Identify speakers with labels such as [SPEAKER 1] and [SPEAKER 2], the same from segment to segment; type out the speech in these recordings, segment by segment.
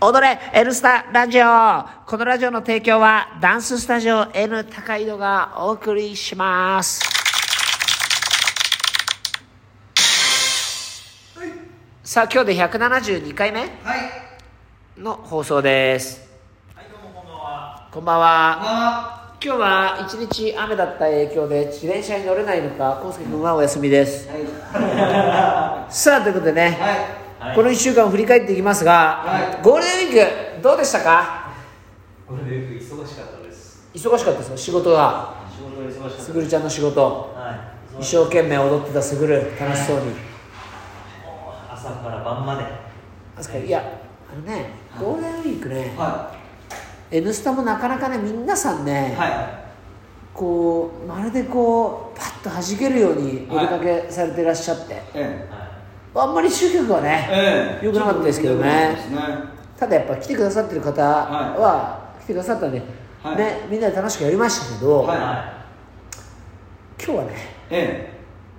[SPEAKER 1] 踊れ N スタラジオこのラジオの提供はダンススタジオ N 高井戸がお送りしますさあ今日で172回目
[SPEAKER 2] はい。
[SPEAKER 1] の放送です
[SPEAKER 2] はい、どうもこんばんは。
[SPEAKER 1] こんばんは
[SPEAKER 2] は。
[SPEAKER 1] 今日は一日雨だった影響で自転車に乗れないのか康介君はお休みです
[SPEAKER 2] はい。
[SPEAKER 1] さあということでね、
[SPEAKER 2] は
[SPEAKER 1] この1週間を振り返っていきますが、
[SPEAKER 2] はい
[SPEAKER 1] ゴールデンウィークどうでしたか
[SPEAKER 3] ゴールデンウィーク忙しかったです。
[SPEAKER 1] 忙しかったですか仕事が
[SPEAKER 3] 仕事が忙しか
[SPEAKER 1] す
[SPEAKER 3] っ
[SPEAKER 1] ぐるちゃんの仕事
[SPEAKER 3] た。はい。
[SPEAKER 1] 一生懸命踊ってたすぐる楽しそうに、
[SPEAKER 3] 朝から晩まで。
[SPEAKER 1] あそこいやあのねゴールデンウィークね
[SPEAKER 2] い。、は
[SPEAKER 1] N スタ」もなかなかね皆さん
[SPEAKER 2] い。
[SPEAKER 1] ね、
[SPEAKER 2] は
[SPEAKER 1] こうまるでこうパッと弾けるようにお出かけされてらっしゃって、
[SPEAKER 2] い。え
[SPEAKER 3] はい。
[SPEAKER 1] あんまり集客は
[SPEAKER 2] え。
[SPEAKER 1] ね、
[SPEAKER 2] ええ。
[SPEAKER 1] 良くなかったですけどね
[SPEAKER 2] ちょっと良くなかったですね
[SPEAKER 1] ただやっぱ来てくださってる方は、来てくださったんで、
[SPEAKER 2] はい
[SPEAKER 1] ね、みんなで楽しくやりましたけど、
[SPEAKER 2] はい
[SPEAKER 3] は
[SPEAKER 1] 今日はね
[SPEAKER 2] え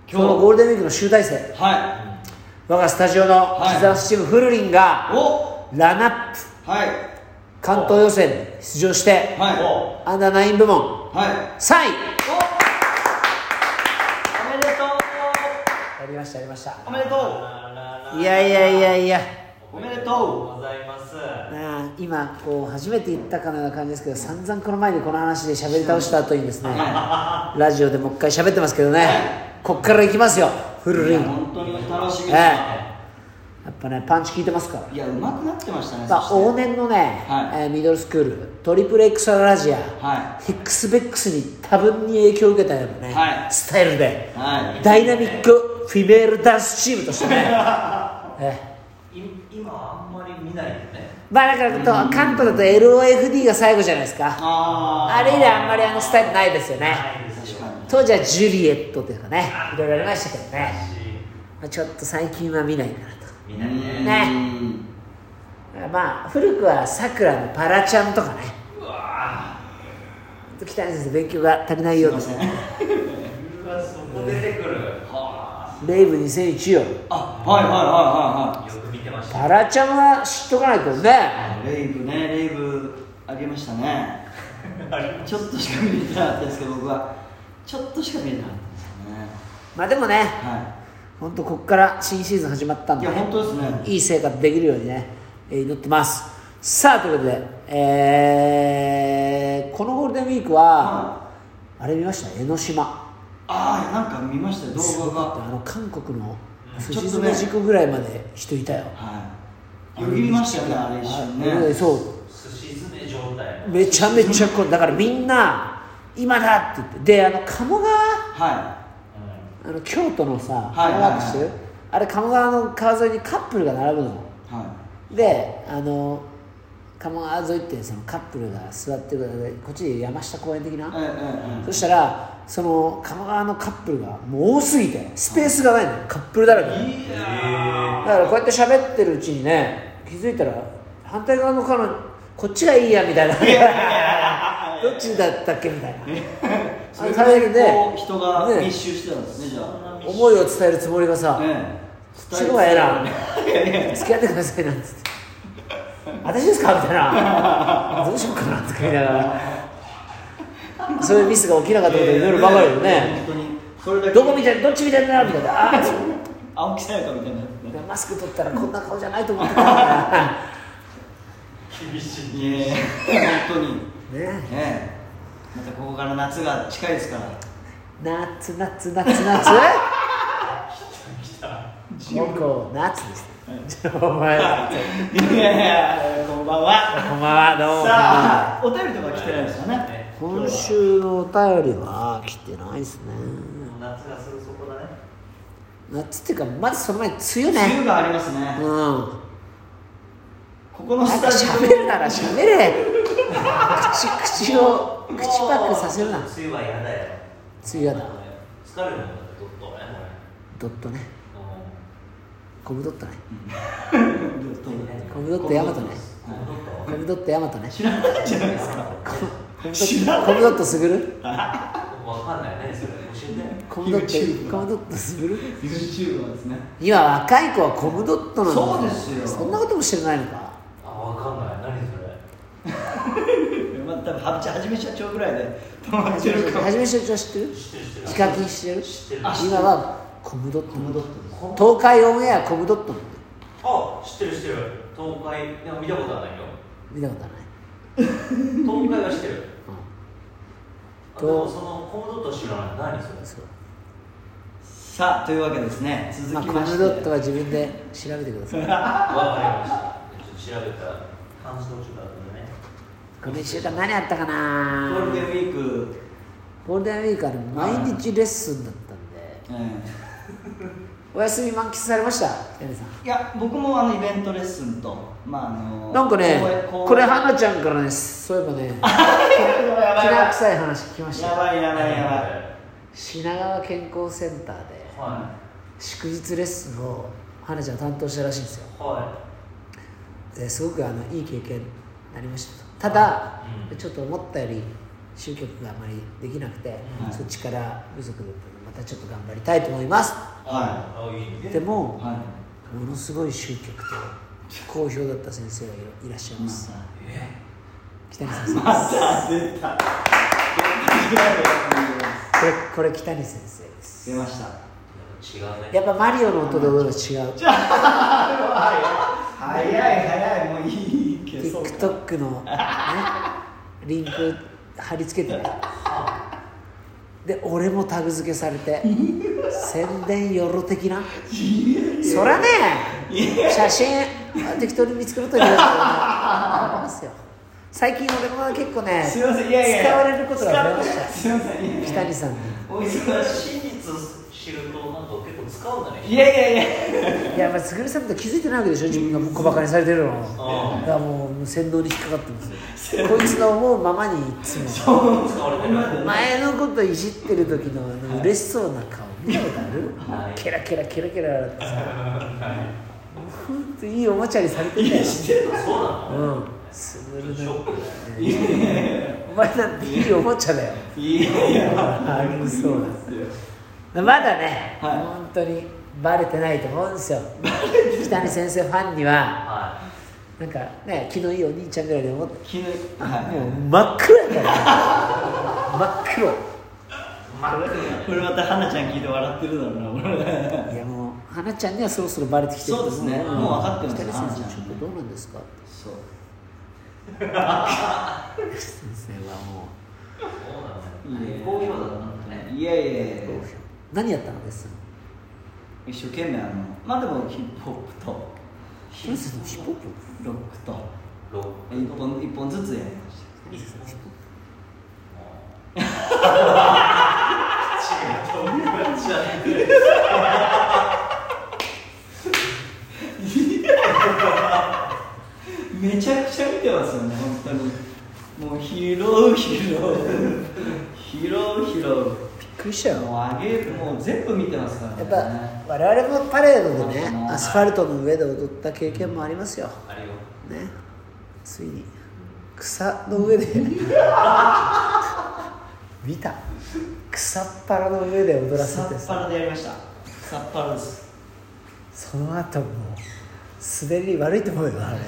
[SPEAKER 1] 今日のゴールデンウィークの集大成
[SPEAKER 2] え。は
[SPEAKER 1] 我がスタジオの
[SPEAKER 2] はい
[SPEAKER 1] 木沢チームフルリン
[SPEAKER 2] い。
[SPEAKER 1] が
[SPEAKER 2] お。
[SPEAKER 1] ラナップ
[SPEAKER 2] はい。
[SPEAKER 1] 関東予選に出場して
[SPEAKER 2] はい。
[SPEAKER 3] お
[SPEAKER 1] アンダーナイン部門
[SPEAKER 2] はい。
[SPEAKER 1] 3位
[SPEAKER 3] おめでとう。
[SPEAKER 1] やりましたやりました
[SPEAKER 2] おめでとう。
[SPEAKER 1] いやいやいやいや
[SPEAKER 3] おめでとうございます。
[SPEAKER 1] なあ今こう初めて言ったかのような感じですけど散々この前にこの話で喋り倒した後にですねラジオでもう一回喋ってますけどねこっから行きますよフル
[SPEAKER 2] い
[SPEAKER 1] リ
[SPEAKER 2] や
[SPEAKER 1] ンや
[SPEAKER 2] 本当に楽しみ
[SPEAKER 1] え
[SPEAKER 2] でし
[SPEAKER 1] え
[SPEAKER 2] た。
[SPEAKER 1] っぱねパンチ効いてますから
[SPEAKER 2] いや、うまくなってましたね。
[SPEAKER 1] ま
[SPEAKER 2] そ
[SPEAKER 1] あ、
[SPEAKER 2] して
[SPEAKER 1] 往年のね、
[SPEAKER 2] はい
[SPEAKER 1] えーミドルスクールトリプルエクサラジア、
[SPEAKER 2] は
[SPEAKER 1] ヒックスベックスに多分に影響を受けたようなね、
[SPEAKER 2] はい
[SPEAKER 1] スタイルで
[SPEAKER 2] はい。
[SPEAKER 1] ダイナミックフィメールダンスチームとして ねええ
[SPEAKER 3] い今はあんまり見ないよね。
[SPEAKER 1] まあだからと関東だと LOFD が最後じゃないですか
[SPEAKER 2] あ
[SPEAKER 1] あれ以来あんまりあのスタイルないですよね
[SPEAKER 3] ないですよ。
[SPEAKER 2] 確か
[SPEAKER 1] 当時はジュリエットというかね
[SPEAKER 3] あ
[SPEAKER 1] いろいろありましたけどね、
[SPEAKER 3] 私
[SPEAKER 1] まあ、ちょっと最近は見ないかなと
[SPEAKER 3] 見
[SPEAKER 2] に。
[SPEAKER 3] ないね。
[SPEAKER 1] ねだからまあ古くはさくらのパラちゃんとかね
[SPEAKER 3] うわぁ。
[SPEAKER 1] 北谷先生勉強が足りないようです
[SPEAKER 2] すいま
[SPEAKER 1] ね
[SPEAKER 2] せん
[SPEAKER 3] うわそこ出てくる。は
[SPEAKER 1] レイブ2001よ
[SPEAKER 2] あ、はいはいは
[SPEAKER 3] ぁ。よく見てました。
[SPEAKER 1] バラちゃんは知っとかないと
[SPEAKER 2] い
[SPEAKER 1] ね
[SPEAKER 2] はいはい。レイブね、レイブあげましたね。ちょっとしか見れてなかったですけど、僕は。ちょっとしか見れなかったですよね。
[SPEAKER 1] まあでもね
[SPEAKER 2] は
[SPEAKER 1] 本当ここから新シーズン始まったん
[SPEAKER 2] い。い
[SPEAKER 1] で
[SPEAKER 2] や、
[SPEAKER 1] ね
[SPEAKER 2] 本当ですね。
[SPEAKER 1] いい生活できるようにねえー祈ってますさあということで、えーこのゴールデンウィークは、あれ見ました江ノ島
[SPEAKER 2] ああ、なんか見ましたよ、
[SPEAKER 1] す
[SPEAKER 2] 動
[SPEAKER 1] ご
[SPEAKER 2] 画
[SPEAKER 1] かった
[SPEAKER 2] が。
[SPEAKER 1] あの韓国の
[SPEAKER 2] うん
[SPEAKER 1] 藤爪事故ぐらいまで人いたよ
[SPEAKER 2] はい。よぎりましたよね、あれ一瞬
[SPEAKER 1] あれ
[SPEAKER 2] ね。
[SPEAKER 1] そう
[SPEAKER 3] すし詰め状態。
[SPEAKER 1] めちゃめちゃこ うだからみんな今だって言ってであの鴨川
[SPEAKER 2] は
[SPEAKER 3] う
[SPEAKER 1] あの京都のさ
[SPEAKER 2] はい
[SPEAKER 1] 鴨
[SPEAKER 2] はいは
[SPEAKER 1] 川っ
[SPEAKER 2] い
[SPEAKER 1] て知ってるあれ鴨川の川沿いにカップルが並ぶの
[SPEAKER 2] い。は
[SPEAKER 1] であの鴨川沿いってそのカップルが座ってるからでこっちで山下公園的
[SPEAKER 2] い。ええ
[SPEAKER 1] な、
[SPEAKER 2] え
[SPEAKER 1] そしたらその鴨川のカップルがもう多すぎてスペースがないのよカップルだらけだ
[SPEAKER 3] ん。いや
[SPEAKER 1] からこうやって喋ってるうちにね気づいたら反対側の彼女こっちがいいやみたいなどっちだったっけみたいな
[SPEAKER 2] えそれぐらいこう人が密集してたんですね、じゃあ。
[SPEAKER 3] ー。
[SPEAKER 1] 思いを伝えるつもりがさ、
[SPEAKER 2] ええ。
[SPEAKER 1] 違うわえら
[SPEAKER 2] いやいやい や
[SPEAKER 1] 付き合ってくださいなんつって私ですかみたいなどうしようかなって言いながらそういうミスが起きなかったことを祈るばかりよね
[SPEAKER 2] 本当に。それだけ。
[SPEAKER 1] どこ見てるどっち見てるなみたいなあ
[SPEAKER 2] 青木さやかみたいなやつね。
[SPEAKER 1] マスク取ったらこんな顔じゃないと思ってたから
[SPEAKER 3] 厳しい。
[SPEAKER 2] いやいや、本当に。
[SPEAKER 1] ね
[SPEAKER 2] ねえ。またここから夏が近いですから。
[SPEAKER 1] 夏夏夏夏なんか夏ですお前
[SPEAKER 2] いやいや、こんばんは。
[SPEAKER 1] こんばんはどうも
[SPEAKER 2] さあ、お便りとか来てないですよね。
[SPEAKER 1] 今週のお便りは来てないですね
[SPEAKER 3] 夏がすぐそこだね。
[SPEAKER 1] 夏っていうかまずその前に梅雨
[SPEAKER 2] 梅
[SPEAKER 1] ね
[SPEAKER 2] 雨がありますね。
[SPEAKER 1] うん
[SPEAKER 2] ここの
[SPEAKER 1] な
[SPEAKER 2] ス
[SPEAKER 1] んか
[SPEAKER 2] タジ
[SPEAKER 1] 喋るなら喋れ口口を口パックさせるな
[SPEAKER 3] 梅雨は嫌だよ。
[SPEAKER 1] 梅雨やだ
[SPEAKER 3] 疲れるもんだって、どっとね、
[SPEAKER 1] ドットねコ
[SPEAKER 3] こ
[SPEAKER 1] ムドットね
[SPEAKER 2] オ。
[SPEAKER 1] コムドットヤマトね
[SPEAKER 3] れ。このどっ
[SPEAKER 1] コムドットヤマトね
[SPEAKER 2] 知らないじゃないですか。
[SPEAKER 1] コムド
[SPEAKER 2] 知ら
[SPEAKER 1] ットコムドットすぐる
[SPEAKER 3] とわかんないね、それ。
[SPEAKER 2] 教えて
[SPEAKER 1] コムドッ
[SPEAKER 3] YouTube
[SPEAKER 1] トコムドットする
[SPEAKER 2] YouTuber ですね
[SPEAKER 1] 今若い子はコムドットなんだ
[SPEAKER 2] そうですよ
[SPEAKER 1] そんなことも知らないのか
[SPEAKER 3] あわかんない何それ
[SPEAKER 2] まあ多分はじはじめ社長ぐらいで止ま
[SPEAKER 1] は
[SPEAKER 2] っ
[SPEAKER 1] じ
[SPEAKER 2] て
[SPEAKER 1] め
[SPEAKER 2] るかも
[SPEAKER 1] はじめ社長知ってる
[SPEAKER 3] 知ってる知ってる
[SPEAKER 1] ヒカキン知ってる
[SPEAKER 3] 知ってる
[SPEAKER 2] あ知ってる
[SPEAKER 1] 今はコムドット
[SPEAKER 2] コムドットです
[SPEAKER 1] 東海オンエアコムドット
[SPEAKER 3] あ知ってる知ってる東海でも見たことはないよ
[SPEAKER 1] 見たことない、
[SPEAKER 3] 東海は知ってる
[SPEAKER 1] う
[SPEAKER 3] あでもそのコムドットは知らない何それ
[SPEAKER 1] ん、そう
[SPEAKER 2] さあというわけですね続き
[SPEAKER 1] ま
[SPEAKER 2] ま
[SPEAKER 1] あ、
[SPEAKER 2] して、
[SPEAKER 1] コムドットは自分で調べてください
[SPEAKER 3] わかりましたちょっと調べたら感じ途中だったんでね
[SPEAKER 1] この1週間何あったか
[SPEAKER 2] ゴ
[SPEAKER 1] な
[SPEAKER 2] ールデンウィーク、
[SPEAKER 1] ゴールデンウィークはね毎日レッスンだったんで
[SPEAKER 2] え
[SPEAKER 1] お休み満喫されました北谷さん
[SPEAKER 2] えいや僕もあのイベントレッスンとまああの
[SPEAKER 1] なんかね
[SPEAKER 2] 公演
[SPEAKER 1] これ花ちゃんからねそういえば ね
[SPEAKER 2] やばい
[SPEAKER 1] き
[SPEAKER 2] や
[SPEAKER 1] な
[SPEAKER 2] ば
[SPEAKER 1] 臭い話聞きま
[SPEAKER 2] い
[SPEAKER 1] し
[SPEAKER 2] や
[SPEAKER 1] たよ
[SPEAKER 2] ばいやばいやばい
[SPEAKER 1] 品川健康センターで
[SPEAKER 3] は
[SPEAKER 1] 祝日レッスンを花ちゃん担当したらしいんですよ
[SPEAKER 3] いは
[SPEAKER 1] ですごくあのいい経験になりましたとただ、
[SPEAKER 3] うん
[SPEAKER 1] ちょっと思ったより集客があまりできなくて、
[SPEAKER 2] うん
[SPEAKER 1] そっちから不足だったのでまたちょっと頑張りたいと思います
[SPEAKER 2] は
[SPEAKER 3] あ
[SPEAKER 2] い
[SPEAKER 3] いいね
[SPEAKER 1] でも、
[SPEAKER 2] はい
[SPEAKER 1] ものすごい集客と好評だった先生がいらいらっしゃいます、
[SPEAKER 3] え
[SPEAKER 1] 北谷先生
[SPEAKER 2] また出た
[SPEAKER 1] これこれ北谷先生です
[SPEAKER 2] 出ました
[SPEAKER 3] 違うね
[SPEAKER 1] やっぱマリオの音で踊るのは違う
[SPEAKER 2] 早い早いもういいけど
[SPEAKER 1] TikTok の、 ね、リンク貼り付けてねで俺もタグ付けされて宣伝よろ的なそらね写真適当に見繕っといてくださいねありますよ最近俺も結構ね
[SPEAKER 2] すいませんいやいやいや
[SPEAKER 1] 使われることが増えました
[SPEAKER 2] すいませんいやいや
[SPEAKER 1] 北谷さんに
[SPEAKER 2] お
[SPEAKER 3] そ
[SPEAKER 2] 忙
[SPEAKER 3] れは
[SPEAKER 2] し
[SPEAKER 3] 真実を知るとなんか結構使うんだね
[SPEAKER 2] いいやいやいや
[SPEAKER 1] いやまあ卓さんって気づいてないわけでしょ自分が小バカにされてるの
[SPEAKER 3] あ
[SPEAKER 1] だからもう洗脳に引っかかってますよこいつの思うままにいつも
[SPEAKER 3] 使われてる
[SPEAKER 1] 前のこといじってる時のあの嬉しそうな顔見たことある、
[SPEAKER 3] はい
[SPEAKER 1] ケラケラケラケラ笑ってさほんといいおもちゃにされてたよ
[SPEAKER 3] そうなの
[SPEAKER 1] うんすぐる
[SPEAKER 3] シ
[SPEAKER 1] な
[SPEAKER 3] ョックだよ
[SPEAKER 1] お前なんていいおもちゃだよ
[SPEAKER 2] いやいや
[SPEAKER 1] ありそう
[SPEAKER 2] ですよ
[SPEAKER 1] まだね、
[SPEAKER 2] はい
[SPEAKER 1] 本当にバレてないと思うんですよ北谷先生ファンには
[SPEAKER 3] は
[SPEAKER 1] なんかね気のいいお兄ちゃんぐらいで思って
[SPEAKER 2] 昨日はい
[SPEAKER 1] もう真っ暗 だから真っ
[SPEAKER 3] い真っ暗だね
[SPEAKER 2] これまた花ちゃん聞いて笑ってるだろうな俺
[SPEAKER 1] 黒いやもう花ちゃんにはそろそろバレてきてると思
[SPEAKER 2] そうですねもう分かってますよ
[SPEAKER 1] 北谷先
[SPEAKER 2] 花ちゃ
[SPEAKER 1] 生ち
[SPEAKER 2] ん
[SPEAKER 1] ょっとどうなんですか
[SPEAKER 2] そう
[SPEAKER 1] 先生はもう
[SPEAKER 3] そうなの
[SPEAKER 2] いい
[SPEAKER 3] ね
[SPEAKER 2] ね
[SPEAKER 3] 好評だったんだね
[SPEAKER 2] いやいやいや
[SPEAKER 1] 何やったのです
[SPEAKER 2] 一生懸命あのまあでもヒップホップと
[SPEAKER 1] 先生のヒップホップ
[SPEAKER 2] ロックと
[SPEAKER 3] ロック
[SPEAKER 2] 一本一本ずつやりました
[SPEAKER 1] 何ですかヒップホッ
[SPEAKER 2] めちゃくちゃ見てますよね本当にもう拾う拾う拾う拾う
[SPEAKER 1] プびっくりしたよ
[SPEAKER 2] もうあげるもう全部見てますからね
[SPEAKER 1] やっぱ我々もパレードで
[SPEAKER 2] そうです
[SPEAKER 1] ね
[SPEAKER 2] ね
[SPEAKER 1] アスファルトの上で踊った経験もありますよ
[SPEAKER 3] あれよ
[SPEAKER 1] ねついに草の上で見た草っ腹の上で踊らせ
[SPEAKER 2] さ
[SPEAKER 1] て
[SPEAKER 2] っぱ
[SPEAKER 1] さ
[SPEAKER 2] らでやりましたさっぱらです
[SPEAKER 1] その後もう滑り悪いと思うよあれ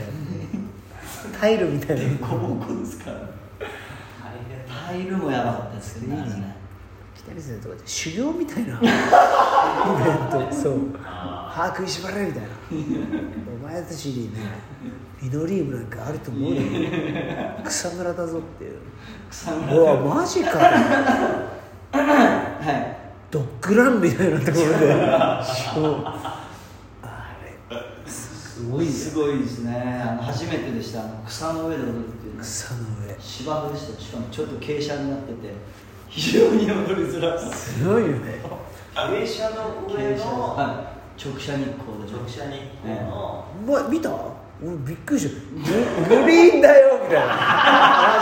[SPEAKER 1] タイルみたいな
[SPEAKER 2] ボコボコですから
[SPEAKER 3] 大変だ
[SPEAKER 2] タイルもやばかったですけどねあれね
[SPEAKER 1] 北見先生とかで修行みたいなイベントそう
[SPEAKER 3] あ
[SPEAKER 1] 歯食いしばれみたいなお前たちにねミノリウムなんかあると思うよ草むらだぞっていう
[SPEAKER 2] 草むら
[SPEAKER 1] うわマジか
[SPEAKER 2] はい
[SPEAKER 1] ドッグランみたいなところでそうあれすごいよ
[SPEAKER 2] すごいですねあの初めてでしたあの草の上で踊るっていうね
[SPEAKER 1] 草の上
[SPEAKER 2] 芝生でしたしかもちょっと傾斜になってて非常に踊りづらい
[SPEAKER 1] すごいよね
[SPEAKER 3] 傾斜の上の
[SPEAKER 2] はい、直射日光で
[SPEAKER 3] 直射日光の
[SPEAKER 1] お前見た俺びっくりしたググリーンだよみたいなマ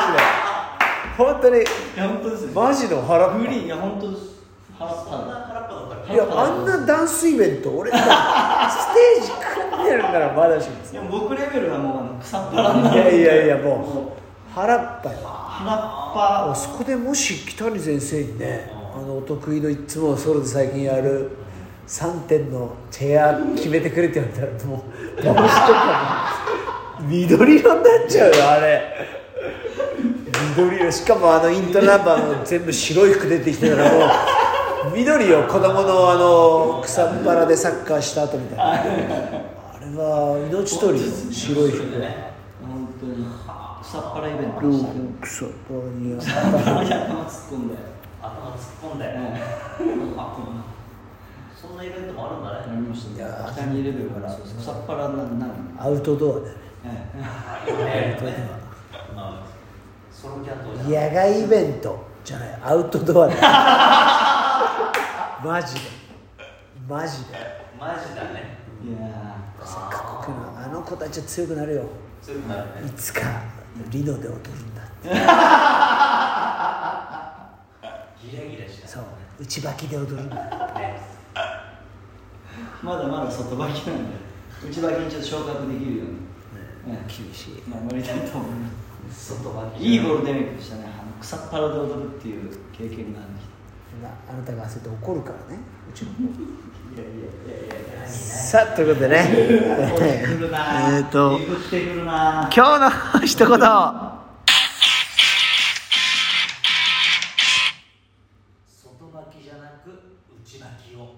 [SPEAKER 1] ジで本当に
[SPEAKER 2] いや本当ですよ
[SPEAKER 1] マジの腹
[SPEAKER 2] グリーンいや本当です腹
[SPEAKER 3] そんな
[SPEAKER 2] っ
[SPEAKER 3] 空っぽだった
[SPEAKER 1] いやあんなダンスイベント俺さステージ組んでるならまだしも
[SPEAKER 2] たでも僕レベルはもうあの草っ腹
[SPEAKER 1] い
[SPEAKER 2] にな
[SPEAKER 1] や
[SPEAKER 2] る
[SPEAKER 1] いやいやもう腹っぱよ
[SPEAKER 2] 腹っ
[SPEAKER 1] あそこでもし北谷先生にねあのお得意のいつもソロで最近やる3点のチェア決めてくれって言われたらもう 直しとかも緑色になっちゃうよあれ緑色しかもあのイントロナンバーの全部白い服出てきてたらもう緑よ子供のあの草っ腹でサッカーした後みたいなあれは命取りよ白い服
[SPEAKER 2] 本当に草っぱらイベント
[SPEAKER 1] ロ
[SPEAKER 2] でし
[SPEAKER 1] ー
[SPEAKER 2] た
[SPEAKER 1] ク草っ腹にや
[SPEAKER 2] 頭突っ込んで、
[SPEAKER 3] 頭突っ込んで、そんなイベントもあるんだ
[SPEAKER 2] や
[SPEAKER 3] ね
[SPEAKER 2] りましたね。北にレベルから草っぱらななる。
[SPEAKER 1] アウトドアだよね
[SPEAKER 3] ねまあソロキャンと
[SPEAKER 1] 野外イベントじゃないアウトドアだ よマジでマジで
[SPEAKER 3] マジだね
[SPEAKER 2] いや
[SPEAKER 1] 過酷なあの子たちは強くなるよ
[SPEAKER 3] 強くなるね
[SPEAKER 1] いつかリノで踊るんだって
[SPEAKER 3] ギラギラし
[SPEAKER 1] そう内履きで踊るんだって
[SPEAKER 3] たね
[SPEAKER 2] ーまだまだ外履きなんで、内履きにちょっと昇格できるように、ええ
[SPEAKER 1] 厳しい
[SPEAKER 2] 頑張りたいと思いま
[SPEAKER 3] 外ばっ
[SPEAKER 2] す。いいゴールデンウィークでしたね。あの草っぱらで踊るっていう経験があるん で
[SPEAKER 1] なあなたが焦って怒るからねうちの子
[SPEAKER 2] いやいやいやいや。
[SPEAKER 1] さあということで ね
[SPEAKER 2] えくるな。
[SPEAKER 1] えっと
[SPEAKER 2] えぐってくるな。
[SPEAKER 1] 今日の一言
[SPEAKER 3] 外巻きじゃなく内巻きを